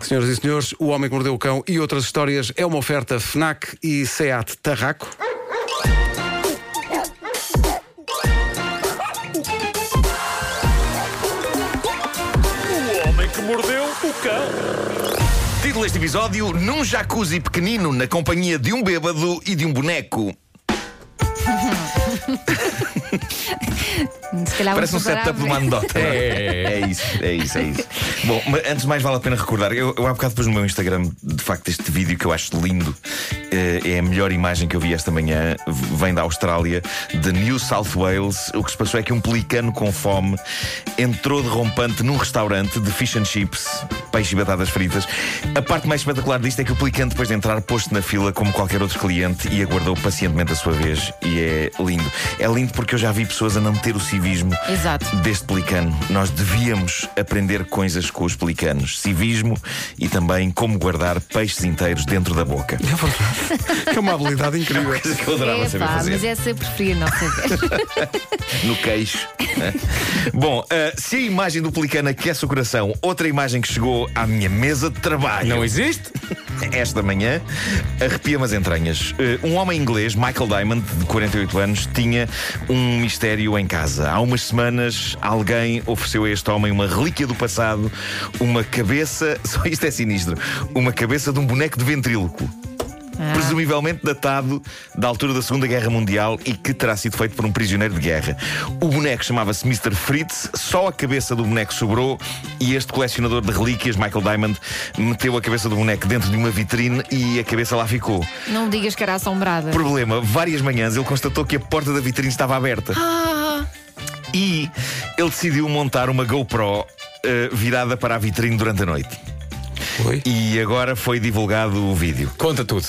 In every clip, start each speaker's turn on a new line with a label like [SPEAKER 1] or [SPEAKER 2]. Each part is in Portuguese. [SPEAKER 1] Senhoras e senhores, O Homem que Mordeu o Cão e outras histórias é uma oferta FNAC e SEAT Tarraco.
[SPEAKER 2] O homem que mordeu o cão.
[SPEAKER 3] Título deste episódio: Num jacuzzi pequenino, na companhia de um bêbado e de um boneco.
[SPEAKER 4] Se calhar
[SPEAKER 3] Parece um
[SPEAKER 4] vamos preparar
[SPEAKER 3] setup de uma anedota. não É, é, é isso, é isso, é isso. Bom, mas antes de mais, vale a pena recordar. Eu, eu há bocado depois no meu Instagram, de facto, este vídeo que eu acho lindo eh, é a melhor imagem que eu vi esta manhã. V- Vem da Austrália, de New South Wales. O que se passou é que um pelicano com fome entrou de rompante num restaurante de fish and chips, peixe e batatas fritas. A parte mais espetacular disto é que o pelicano, depois de entrar, pôs-se na fila como qualquer outro cliente e aguardou pacientemente a sua vez. E é lindo. É lindo porque eu já vi pessoas a não ter o civismo
[SPEAKER 4] Exato.
[SPEAKER 3] deste pelicano. Nós devíamos aprender coisas com os pelicanos: civismo e também como guardar peixes inteiros dentro da boca.
[SPEAKER 1] É verdade. Que é uma habilidade incrível.
[SPEAKER 3] Coisa que eu adorava saber
[SPEAKER 4] Epá,
[SPEAKER 3] fazer.
[SPEAKER 4] mas essa eu preferia não saber.
[SPEAKER 3] no queixo. né? Bom, ah, se a imagem do Pelicano aquece o coração, outra imagem que chegou à minha mesa de trabalho. Não existe? Esta manhã, arrepia-me as entranhas. Eh, um homem inglês, Michael Diamond, de 48 anos, tinha um mistério em casa. Há umas semanas, alguém ofereceu a este homem uma relíquia do passado, uma cabeça. Só isto é sinistro. Uma cabeça de um boneco de ventríloco presumivelmente datado da altura da Segunda Guerra Mundial e que terá sido feito por um prisioneiro de guerra. O boneco chamava-se Mr. Fritz, só a cabeça do boneco sobrou e este colecionador de relíquias, Michael Diamond, meteu a cabeça do boneco dentro de uma vitrine e a cabeça lá ficou.
[SPEAKER 4] Não me digas que era assombrada.
[SPEAKER 3] Problema: várias manhãs ele constatou que a porta da vitrine estava aberta
[SPEAKER 4] Ah,
[SPEAKER 3] e ele decidiu montar uma GoPro eh, virada para a vitrine durante a noite.
[SPEAKER 1] Oi?
[SPEAKER 3] E agora foi divulgado o vídeo.
[SPEAKER 5] Conta tudo.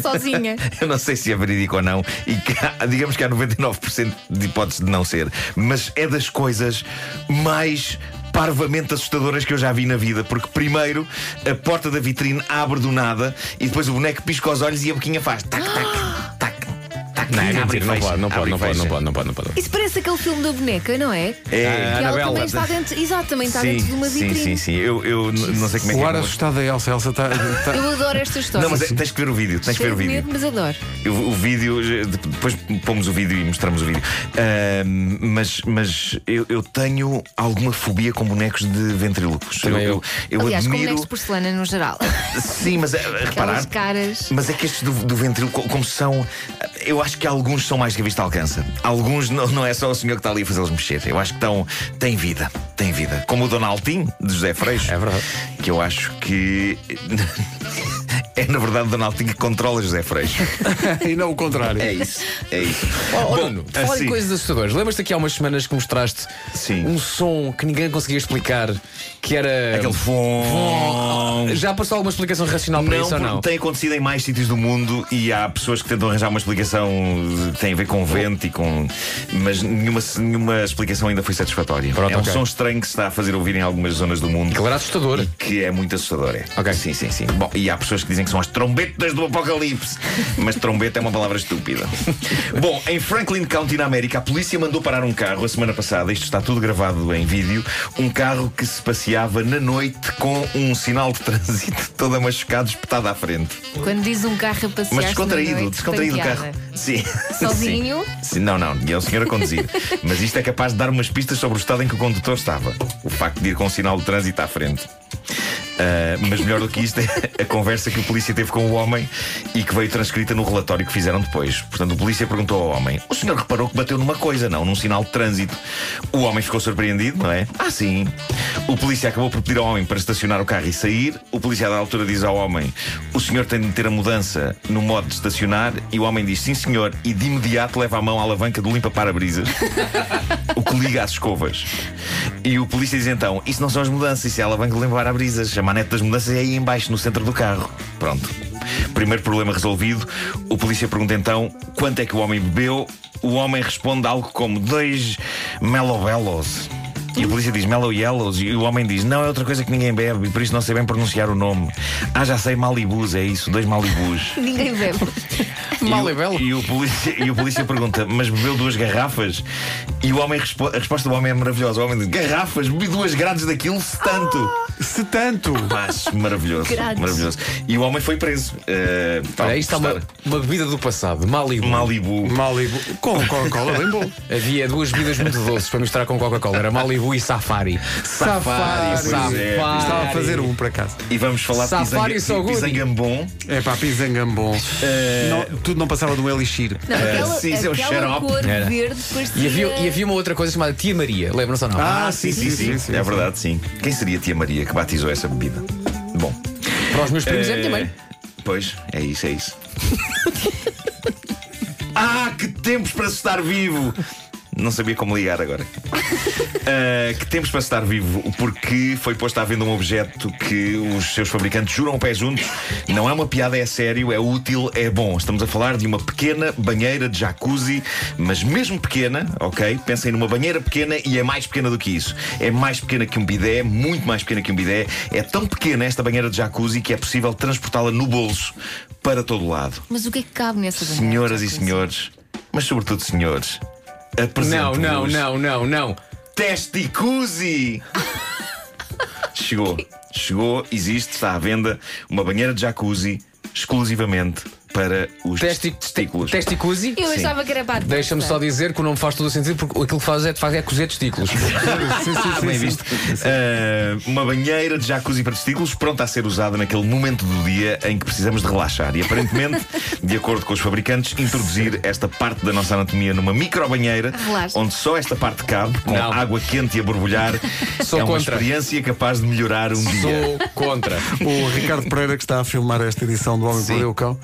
[SPEAKER 4] sozinha.
[SPEAKER 3] Eu não sei se é verídico ou não, e que há- digamos que há 99% de hipótese de não ser, mas é das coisas mais. Parvamente assustadoras que eu já vi na vida, porque primeiro a porta da vitrine abre do nada e depois o boneco pisca os olhos e a boquinha faz tac, tac, tac, tac,
[SPEAKER 5] Não, é
[SPEAKER 3] abre e
[SPEAKER 5] mentira, não
[SPEAKER 3] fecha,
[SPEAKER 5] pode, não
[SPEAKER 3] abre
[SPEAKER 5] pode,
[SPEAKER 3] e
[SPEAKER 5] não pode, não
[SPEAKER 3] fecha.
[SPEAKER 5] pode, não pode, não pode.
[SPEAKER 4] Isso parece aquele filme da boneca, não é?
[SPEAKER 3] É,
[SPEAKER 4] que ela
[SPEAKER 5] Anabela.
[SPEAKER 4] também está dentro. Exato, também está
[SPEAKER 3] sim,
[SPEAKER 4] dentro de uma
[SPEAKER 3] sim,
[SPEAKER 4] vitrine.
[SPEAKER 3] sim, sim. Eu, eu n- não sei como é que
[SPEAKER 1] O
[SPEAKER 3] é.
[SPEAKER 1] ar
[SPEAKER 3] que eu-
[SPEAKER 1] assustado da Elsa. Elsa tá, está. está-
[SPEAKER 4] Eu adoro esta história.
[SPEAKER 3] Não, mas é- tens que ver o vídeo, tens que ver
[SPEAKER 4] Cheio
[SPEAKER 3] o
[SPEAKER 4] de
[SPEAKER 3] vídeo.
[SPEAKER 4] medo, mas adoro.
[SPEAKER 3] Eu- O, vídeo, eh, de- depois pomos o vídeo e mostramos o vídeo. Ahm, mas mas eu, eu tenho alguma fobia com bonecos de ventrílocos.
[SPEAKER 5] Também eu.
[SPEAKER 3] eu
[SPEAKER 4] Aliás, com
[SPEAKER 3] admiro.
[SPEAKER 4] bonecos de porcelana no geral.
[SPEAKER 3] Sim, mas eh,
[SPEAKER 4] Aquelas
[SPEAKER 3] reparar.
[SPEAKER 4] caras.
[SPEAKER 3] Mas é que estes do, do ventríloco, como são. Eu acho que alguns são mais que a vista alcança. Alguns não, não é só o senhor que está ali a fazê-los mexer. Eu acho que estão. têm vida. Têm vida. Como o Donaldinho, de José Freixo.
[SPEAKER 5] É verdade.
[SPEAKER 3] Que eu acho que. é na verdade o Donaldinho que controla José Freixo.
[SPEAKER 1] e não o contrário.
[SPEAKER 3] É isso, é isso.
[SPEAKER 5] Oh,
[SPEAKER 3] Bom,
[SPEAKER 5] Nuno, por falar em
[SPEAKER 3] assim,
[SPEAKER 5] coisas assustadoras, lembras-te aqui há umas semanas que mostraste
[SPEAKER 3] Sim.
[SPEAKER 5] um som que ninguém conseguia explicar, que era. Oh,
[SPEAKER 3] Aquele fom.
[SPEAKER 5] Já passou alguma explicação racional para
[SPEAKER 3] Não,
[SPEAKER 5] isso ou não?
[SPEAKER 3] porque tem acontecido em mais sítios do mundo e há pessoas que tentam arranjar uma explicação que tem a ver com vento e com. Mas nenhuma, nenhuma explicação ainda foi satisfatória.
[SPEAKER 5] Pronto,
[SPEAKER 3] é um
[SPEAKER 5] ok.
[SPEAKER 3] som estranho que se está a fazer ouvir em algumas zonas do mundo.
[SPEAKER 5] Aquilo era assustador.
[SPEAKER 3] E que é muito assustador, é.
[SPEAKER 5] Ok.
[SPEAKER 3] Sim, sim, sim. Bom, e há pessoas que dizem que são as trombetas do apocalipse. Mas trombeta é uma palavra estúpida. Bom, em Franklin County, na América, a polícia mandou parar um carro a semana passada. Isto está tudo gravado em vídeo. Um carro que se passeava na noite com um sinal de trânsito todo machucado, espetado à frente.
[SPEAKER 4] Quando diz um carro a passear.
[SPEAKER 3] Mas descontraído, descontraído o carro. Sim.
[SPEAKER 4] Sozinho?
[SPEAKER 3] Sim. Sim, Não, não, e é o senhor a conduzir. Mas isto é capaz de dar umas pistas sobre o estado em que o condutor estava. O facto de ir com o sinal de trânsito à frente. Ah, mas melhor do que isto é a conversa que o polícia teve com o homem e que veio transcrita no relatório que fizeram depois. Portanto, o polícia perguntou ao homem: O senhor reparou que bateu numa coisa, não? Num sinal de trânsito. O homem ficou surpreendido, não é? Ah, sim. O polícia acabou por pedir ao homem para estacionar o carro e sair. O polícia, da altura, diz ao homem: O senhor tem de meter a mudança no modo de estacionar. E o homem diz: Sim, senhor. E de imediato leva a mão à alavanca do limpa-parabrisas, o que liga às escovas. E o polícia diz então: Isso não são as mudanças, isso é a alavanca do limpa-parabrisas. A manete das mudanças é aí embaixo, no centro do carro. Pronto. Primeiro problema resolvido. O polícia pergunta então: Quanto é que o homem bebeu? O homem responde algo como: Dois melobelos. E a polícia diz Mellow Yellows e o homem diz não é outra coisa que ninguém bebe e por isso não sei bem pronunciar o nome. Ah, já sei, Malibus, é isso, dois Malibus.
[SPEAKER 4] Ninguém bebe.
[SPEAKER 5] Mal
[SPEAKER 3] e,
[SPEAKER 1] é
[SPEAKER 5] e
[SPEAKER 3] o-
[SPEAKER 5] belo.
[SPEAKER 3] E o, polícia, e o polícia pergunta mas bebeu duas garrafas? E o homem respo- a resposta do homem é maravilhosa. O homem diz garrafas, bebi duas grades daquilo, se tanto.
[SPEAKER 1] Ah, Se tanto.
[SPEAKER 3] Mas maravilhoso,
[SPEAKER 4] Grátis.
[SPEAKER 3] maravilhoso. E o homem foi preso. eh, tal,
[SPEAKER 5] Olha, isto
[SPEAKER 1] é
[SPEAKER 5] está
[SPEAKER 3] por
[SPEAKER 5] uma,
[SPEAKER 3] estar-
[SPEAKER 5] uma bebida do passado, Malibu.
[SPEAKER 3] Malibu.
[SPEAKER 1] Malibu. Com Coca-Cola, bem bom.
[SPEAKER 5] Havia duas bebidas muito doces para misturar com Coca-Cola. Era Malibu e Safari.
[SPEAKER 1] Safari.
[SPEAKER 3] pois é.
[SPEAKER 5] Safari.
[SPEAKER 1] Estava a fazer um, por acaso.
[SPEAKER 3] E vamos falar
[SPEAKER 5] Safari
[SPEAKER 3] de
[SPEAKER 5] Soguri.
[SPEAKER 3] pisanga- pisangambon.
[SPEAKER 1] É pá, pisangambon. Não, tudo não passava de um elixir.
[SPEAKER 4] Não, aquela
[SPEAKER 3] sim, isso é o
[SPEAKER 4] aquela
[SPEAKER 3] xarope.
[SPEAKER 4] cor
[SPEAKER 5] Era.
[SPEAKER 4] verde parecia...
[SPEAKER 5] E havia, e havia uma outra coisa chamada Tia Maria, lembram-se ou não?
[SPEAKER 1] Ah, sim, sim, sim, sim,
[SPEAKER 3] é
[SPEAKER 1] sim.
[SPEAKER 3] verdade, sim. Quem seria a tia Maria que batizou essa bebida? Bom.
[SPEAKER 5] Para os meus primos é a
[SPEAKER 3] eh,
[SPEAKER 5] minha mãe.
[SPEAKER 3] Pois, é isso, é isso. ah, que tempos para se estar vivo! Não sabia como ligar agora. Ah, que tempos para se estar vivo, porque foi posto à venda um objeto que os seus fabricantes juram ao pé juntos. Não é uma piada, é sério, é útil, é bom. Estamos a falar de uma pequena banheira de jacuzzi, mas mesmo pequena, ok? Pensem numa banheira pequena e é mais pequena do que isso. É mais pequena que um bidé, muito mais pequena que um bidé. É tão pequena esta banheira de jacuzzi que é possível transportá-la no bolso para todo lado.
[SPEAKER 4] Mas o que é que cabe nessa banheira?
[SPEAKER 3] Senhoras e
[SPEAKER 4] Jacuzzi?
[SPEAKER 3] senhores, mas sobretudo senhores,
[SPEAKER 5] Não,
[SPEAKER 3] apresento-vos
[SPEAKER 5] não, não, não, não.
[SPEAKER 3] Testicuzzi! Chegou, chegou, existe, está à venda uma banheira de jacuzzi exclusivamente para os
[SPEAKER 5] Testi,
[SPEAKER 3] testículos.
[SPEAKER 5] Testicuzi?
[SPEAKER 4] Eu
[SPEAKER 3] Sim.
[SPEAKER 4] achava que era para a
[SPEAKER 5] Deixa-me
[SPEAKER 4] testa.
[SPEAKER 5] só dizer que o nome faz todo o sentido porque aquilo que faz é, de facto, é cozer testículos.
[SPEAKER 1] Sim, sim, sim,
[SPEAKER 3] Bem
[SPEAKER 1] sim.
[SPEAKER 3] visto. Ah, uma banheira de jacuzzi para testículos pronta a ser usada naquele momento do dia em que precisamos de relaxar. E aparentemente, de acordo com os fabricantes, introduzir esta parte da nossa anatomia numa microbanheira,
[SPEAKER 4] Relaxa.
[SPEAKER 3] onde só esta parte cabe, com
[SPEAKER 5] Não.
[SPEAKER 3] água quente e a borbulhar,
[SPEAKER 5] Sou
[SPEAKER 3] é uma
[SPEAKER 5] contra.
[SPEAKER 3] experiência capaz de melhorar um dia.
[SPEAKER 5] Sou contra.
[SPEAKER 1] O Ricardo Pereira, que está a filmar esta edição do Homem que
[SPEAKER 3] Sim.
[SPEAKER 1] Mordeu o Cão,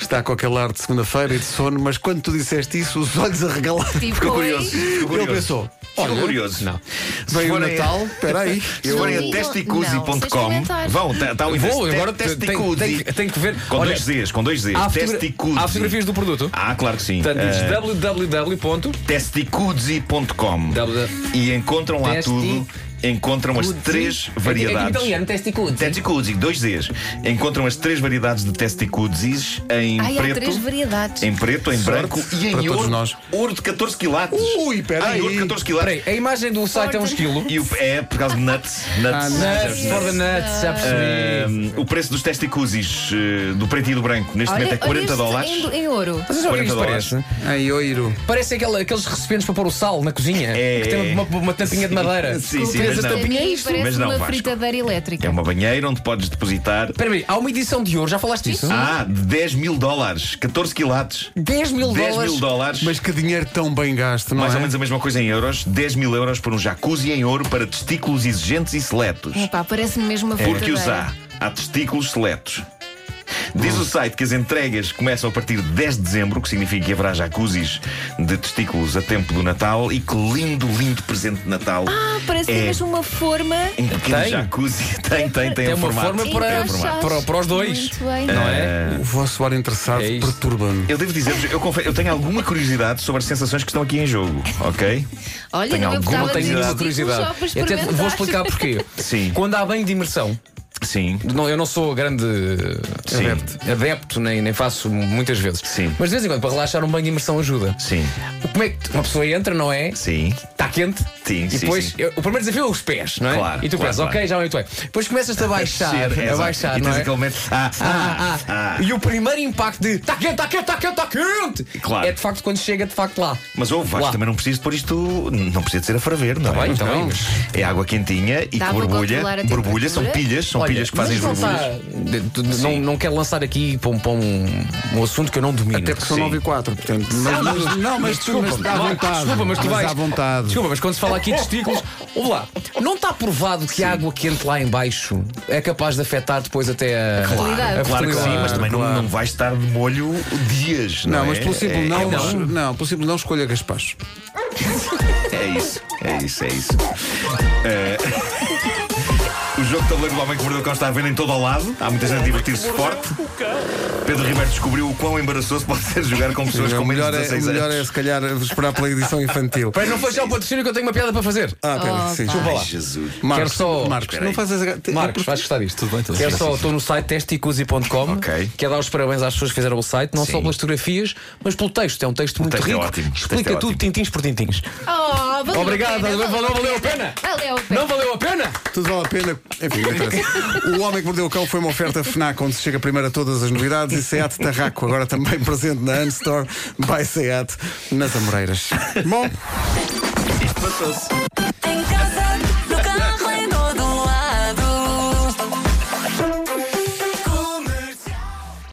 [SPEAKER 1] está com aquele ar de segunda-feira e de sono, mas quando tu disseste isso, os olhos arregalaram.
[SPEAKER 4] Tipo,
[SPEAKER 3] Ficou
[SPEAKER 4] oi?
[SPEAKER 3] curioso. Ficou
[SPEAKER 1] Ele
[SPEAKER 3] curioso.
[SPEAKER 1] pensou,
[SPEAKER 3] Ficou curioso.
[SPEAKER 5] Não.
[SPEAKER 3] Se
[SPEAKER 1] Veio o
[SPEAKER 3] forem a-
[SPEAKER 1] Natal, espera aí.
[SPEAKER 3] Se forem
[SPEAKER 4] Não,
[SPEAKER 3] a
[SPEAKER 4] não,
[SPEAKER 3] testicuzi.com,
[SPEAKER 4] vocês
[SPEAKER 3] vão, tá, está o
[SPEAKER 5] Vou,
[SPEAKER 3] endereço.
[SPEAKER 5] agora
[SPEAKER 3] Te-
[SPEAKER 5] te- tenho,
[SPEAKER 3] testicuzi.
[SPEAKER 5] tenho, tenho que ver.
[SPEAKER 3] Com
[SPEAKER 5] Olha,
[SPEAKER 3] dois Zs, com dois Zs.
[SPEAKER 5] há, fotogra-
[SPEAKER 3] Testicuzi.
[SPEAKER 5] há fotografias do produto?
[SPEAKER 3] Ah, claro que sim.
[SPEAKER 5] Portanto, dizes
[SPEAKER 3] Eh,
[SPEAKER 5] www. ponto-
[SPEAKER 3] Testicuzi.com
[SPEAKER 5] W-
[SPEAKER 3] E encontram lá
[SPEAKER 5] Testi-
[SPEAKER 3] tudo. Encontram as
[SPEAKER 5] Cuzi.
[SPEAKER 3] três
[SPEAKER 5] É tipo
[SPEAKER 3] variedades.
[SPEAKER 5] italiano, testicuzzi.
[SPEAKER 3] Testicuzzi, dois Zs. Encontram as três variedades de testicuzis em
[SPEAKER 4] Ai, há três
[SPEAKER 3] preto.
[SPEAKER 4] variedades.
[SPEAKER 3] Em preto, em branco e em
[SPEAKER 1] para todos
[SPEAKER 3] ouro.
[SPEAKER 1] nós.
[SPEAKER 3] Ouro de 14 quilates.
[SPEAKER 1] Ui, peraí.
[SPEAKER 3] Ah, em ouro de 14 quilates.
[SPEAKER 5] Peraí, a imagem do site é um esquilo.
[SPEAKER 3] E o, é por causa de nuts. nuts.
[SPEAKER 5] Ah, Nuts, for the nuts, já percebi.
[SPEAKER 3] Ahm, Ehm, o preço dos testicuzis eh, do preto e do branco neste
[SPEAKER 4] Olha,
[SPEAKER 3] momento é 40
[SPEAKER 4] olha
[SPEAKER 3] dólares.
[SPEAKER 4] isto Em, em ouro.
[SPEAKER 5] Vocês sabem o que
[SPEAKER 3] 40
[SPEAKER 5] isto
[SPEAKER 3] dólares.
[SPEAKER 5] parece?
[SPEAKER 1] Ai, oiro.
[SPEAKER 5] Parece aquele- aqueles recipientes para pôr o sal na cozinha.
[SPEAKER 3] É,
[SPEAKER 5] que tem uma, uma tampinha de madeira.
[SPEAKER 3] Sim, sim,
[SPEAKER 5] Tens
[SPEAKER 3] mas
[SPEAKER 5] a
[SPEAKER 3] não.
[SPEAKER 4] Para
[SPEAKER 5] tampinha.
[SPEAKER 4] mim,
[SPEAKER 5] isto?
[SPEAKER 4] Parece
[SPEAKER 3] Mas não,
[SPEAKER 4] uma
[SPEAKER 3] Vasco.
[SPEAKER 4] fritadeira elétrica.
[SPEAKER 3] É uma banheira onde podes depositar.
[SPEAKER 5] Espera aí, há uma edição de ouro, já falaste disso?
[SPEAKER 3] Ah, de 10 mil dólares, 14 quilates.
[SPEAKER 5] 10 mil
[SPEAKER 3] 10
[SPEAKER 5] dólares.
[SPEAKER 3] mil dólares.
[SPEAKER 1] Mas que dinheiro tão bem gasto, não
[SPEAKER 3] mais
[SPEAKER 1] é?
[SPEAKER 3] ou menos a mesma coisa em euros, 10 mil euros por um jacuzzi em ouro para testículos exigentes e seletos.
[SPEAKER 4] Epá, parece-me mesmo uma fritadeira.
[SPEAKER 3] um- Porque os há. Há testículos seletos. Diz
[SPEAKER 5] Hum.
[SPEAKER 3] o site que as entregas começam a partir de 10 de dezembro, o que significa que haverá jacuzzis de testículos a tempo do Natal. E que lindo, lindo presente de Natal.
[SPEAKER 4] Ah, parece
[SPEAKER 3] É.
[SPEAKER 4] mesmo uma forma.
[SPEAKER 3] um pequeno
[SPEAKER 5] Tem?
[SPEAKER 3] jacuzzi. Tem, tem, tem,
[SPEAKER 5] Tem
[SPEAKER 3] um
[SPEAKER 5] uma
[SPEAKER 3] formato.
[SPEAKER 5] forma
[SPEAKER 3] Tem
[SPEAKER 5] para-
[SPEAKER 3] um formato.
[SPEAKER 4] encaixar.
[SPEAKER 5] para- para os dois.
[SPEAKER 4] Muito bem.
[SPEAKER 5] Não
[SPEAKER 3] Eh,
[SPEAKER 5] é?
[SPEAKER 1] O vosso ar interessado
[SPEAKER 5] É isto.
[SPEAKER 1] perturba-me.
[SPEAKER 3] Eu devo dizer-vos, eu, confesso- eu tenho alguma curiosidade sobre as sensações que estão aqui em jogo, ok?
[SPEAKER 4] Olha,
[SPEAKER 3] Tenho
[SPEAKER 4] não
[SPEAKER 3] alguma-
[SPEAKER 4] eu
[SPEAKER 5] Não
[SPEAKER 4] gostava
[SPEAKER 5] tenho
[SPEAKER 4] de
[SPEAKER 5] nenhuma
[SPEAKER 4] testículos
[SPEAKER 5] curiosidade.
[SPEAKER 4] só para
[SPEAKER 5] Eu até
[SPEAKER 4] experimentar.
[SPEAKER 5] vou explicar porquê.
[SPEAKER 3] Sim.
[SPEAKER 5] Quando há banho de imersão,
[SPEAKER 3] Sim.
[SPEAKER 5] não, eu não sou grande eh,
[SPEAKER 3] Sim.
[SPEAKER 5] adepto, adepto, nem, nem faço muitas vezes.
[SPEAKER 3] Sim.
[SPEAKER 5] Mas de vez em quando, para relaxar, um banho de imersão ajuda.
[SPEAKER 3] Sim.
[SPEAKER 5] Como é que uma pessoa entra, não é?
[SPEAKER 3] Sim.
[SPEAKER 5] Está quente?
[SPEAKER 3] Sim,
[SPEAKER 5] e
[SPEAKER 3] sim,
[SPEAKER 5] depois,
[SPEAKER 3] sim.
[SPEAKER 5] eu- o primeiro desafio é os pés, não é?
[SPEAKER 3] Claro,
[SPEAKER 5] E tu
[SPEAKER 3] claro,
[SPEAKER 5] pensas,
[SPEAKER 3] claro.
[SPEAKER 5] ok, já me habituei. Depois começas a baixar,
[SPEAKER 3] Descer,
[SPEAKER 5] a
[SPEAKER 3] exato.
[SPEAKER 5] baixar,
[SPEAKER 3] E
[SPEAKER 5] não
[SPEAKER 3] tens
[SPEAKER 5] é?
[SPEAKER 3] aquele momento. Ah,
[SPEAKER 5] Ah,
[SPEAKER 3] ah,
[SPEAKER 5] ah,
[SPEAKER 3] ah.
[SPEAKER 5] E o primeiro impacto de está quente, está quente, está quente, está quente
[SPEAKER 3] Claro.
[SPEAKER 5] é de facto quando chega de facto lá.
[SPEAKER 3] Mas ouve, Vasco,
[SPEAKER 5] Lá.
[SPEAKER 3] também não preciso de pôr isto. Não precisa de ser a ferver, não
[SPEAKER 5] Tá
[SPEAKER 3] é?
[SPEAKER 5] bem, tá bem,
[SPEAKER 3] Não.
[SPEAKER 5] mas-
[SPEAKER 3] É água quentinha e
[SPEAKER 4] Dá
[SPEAKER 3] que
[SPEAKER 4] para
[SPEAKER 3] borbulha.
[SPEAKER 4] controlar a
[SPEAKER 3] Borbulha, são
[SPEAKER 4] temperatura?
[SPEAKER 3] pilhas, são pilhas que fazem as
[SPEAKER 5] mas isto não
[SPEAKER 3] borbulhas.
[SPEAKER 5] está- de- de- de- não, não quero lançar aqui para um, para um, um assunto que eu não domino.
[SPEAKER 1] Até porque são
[SPEAKER 3] Sim.
[SPEAKER 1] 9 e 4, portanto. Mas, mas- não, mas
[SPEAKER 5] desculpa,
[SPEAKER 1] mas dá
[SPEAKER 5] Marco,
[SPEAKER 1] vontade.
[SPEAKER 5] desculpa, mas tu vais.
[SPEAKER 1] à vontade.
[SPEAKER 5] Desculpa, mas quando se fala aqui de testículos, ouve lá, não está provado que a água quente lá em baixo é capaz de afetar depois até a.
[SPEAKER 4] fertilidade.
[SPEAKER 5] a
[SPEAKER 3] Claro que sim,
[SPEAKER 5] fertilidade.
[SPEAKER 3] mas também não-
[SPEAKER 1] Claro.
[SPEAKER 3] não, vais estar de molho dias. Não,
[SPEAKER 1] Não, mas
[SPEAKER 3] é?
[SPEAKER 1] pelo simples
[SPEAKER 3] É-
[SPEAKER 1] não,
[SPEAKER 3] é,
[SPEAKER 1] não, pelo simples não escolha Gaspacho.
[SPEAKER 3] É isso, é isso, é isso. Eh, o jogo de tabuleiro do Homem que Mordeu o Cão está a venda em todo o lado. Há muita gente a divertir-se forte.
[SPEAKER 2] O cão.
[SPEAKER 3] Pedro Ribeiro descobriu o quão embaraçoso pode ser jogar com pessoas com
[SPEAKER 1] o
[SPEAKER 3] menos de
[SPEAKER 1] melhor, é,
[SPEAKER 3] 16
[SPEAKER 1] o melhor é,
[SPEAKER 3] anos.
[SPEAKER 1] se calhar, esperar pela edição infantil.
[SPEAKER 5] Para não fechar o patrocínio que eu tenho uma piada para fazer.
[SPEAKER 1] Ah, pera,
[SPEAKER 4] Oh,
[SPEAKER 1] sim.
[SPEAKER 4] pá.
[SPEAKER 1] Desculpa
[SPEAKER 3] Ai,
[SPEAKER 1] lá.
[SPEAKER 3] Jesus.
[SPEAKER 1] Marcos,
[SPEAKER 5] Quero só-
[SPEAKER 1] Marcos,
[SPEAKER 3] Espera
[SPEAKER 1] não
[SPEAKER 3] aí.
[SPEAKER 1] fazes a.
[SPEAKER 5] Marcos, vais gostar disto. Tudo bem, tudo bem. Quero só, estou no site testicuzi.com.
[SPEAKER 3] Ok.
[SPEAKER 5] Quero dar os parabéns às pessoas que fizeram o site, não só pelas fotografias, mas pelo texto. É um texto muito
[SPEAKER 3] texto é
[SPEAKER 5] rico.
[SPEAKER 3] ótimo, o texto
[SPEAKER 5] Explica
[SPEAKER 3] é
[SPEAKER 5] tudo,
[SPEAKER 3] ótimo.
[SPEAKER 5] tintins por tintins.
[SPEAKER 4] Oh, valeu
[SPEAKER 5] Obrigado,
[SPEAKER 4] a pena,
[SPEAKER 5] tudo bem? Valeu, valeu a pena?
[SPEAKER 4] Valeu a pena.
[SPEAKER 5] Não valeu a pena?
[SPEAKER 1] Tudo vale a pena. Enfim, não interessa. O Homem que Mordeu o Cão foi uma oferta FNAC, onde se chega primeiro a todas as novidades, e SEAT Tarraco, agora também presente na Unstore, by SEAT, nas Amoreiras. Bom.
[SPEAKER 6] Em casa, no carro,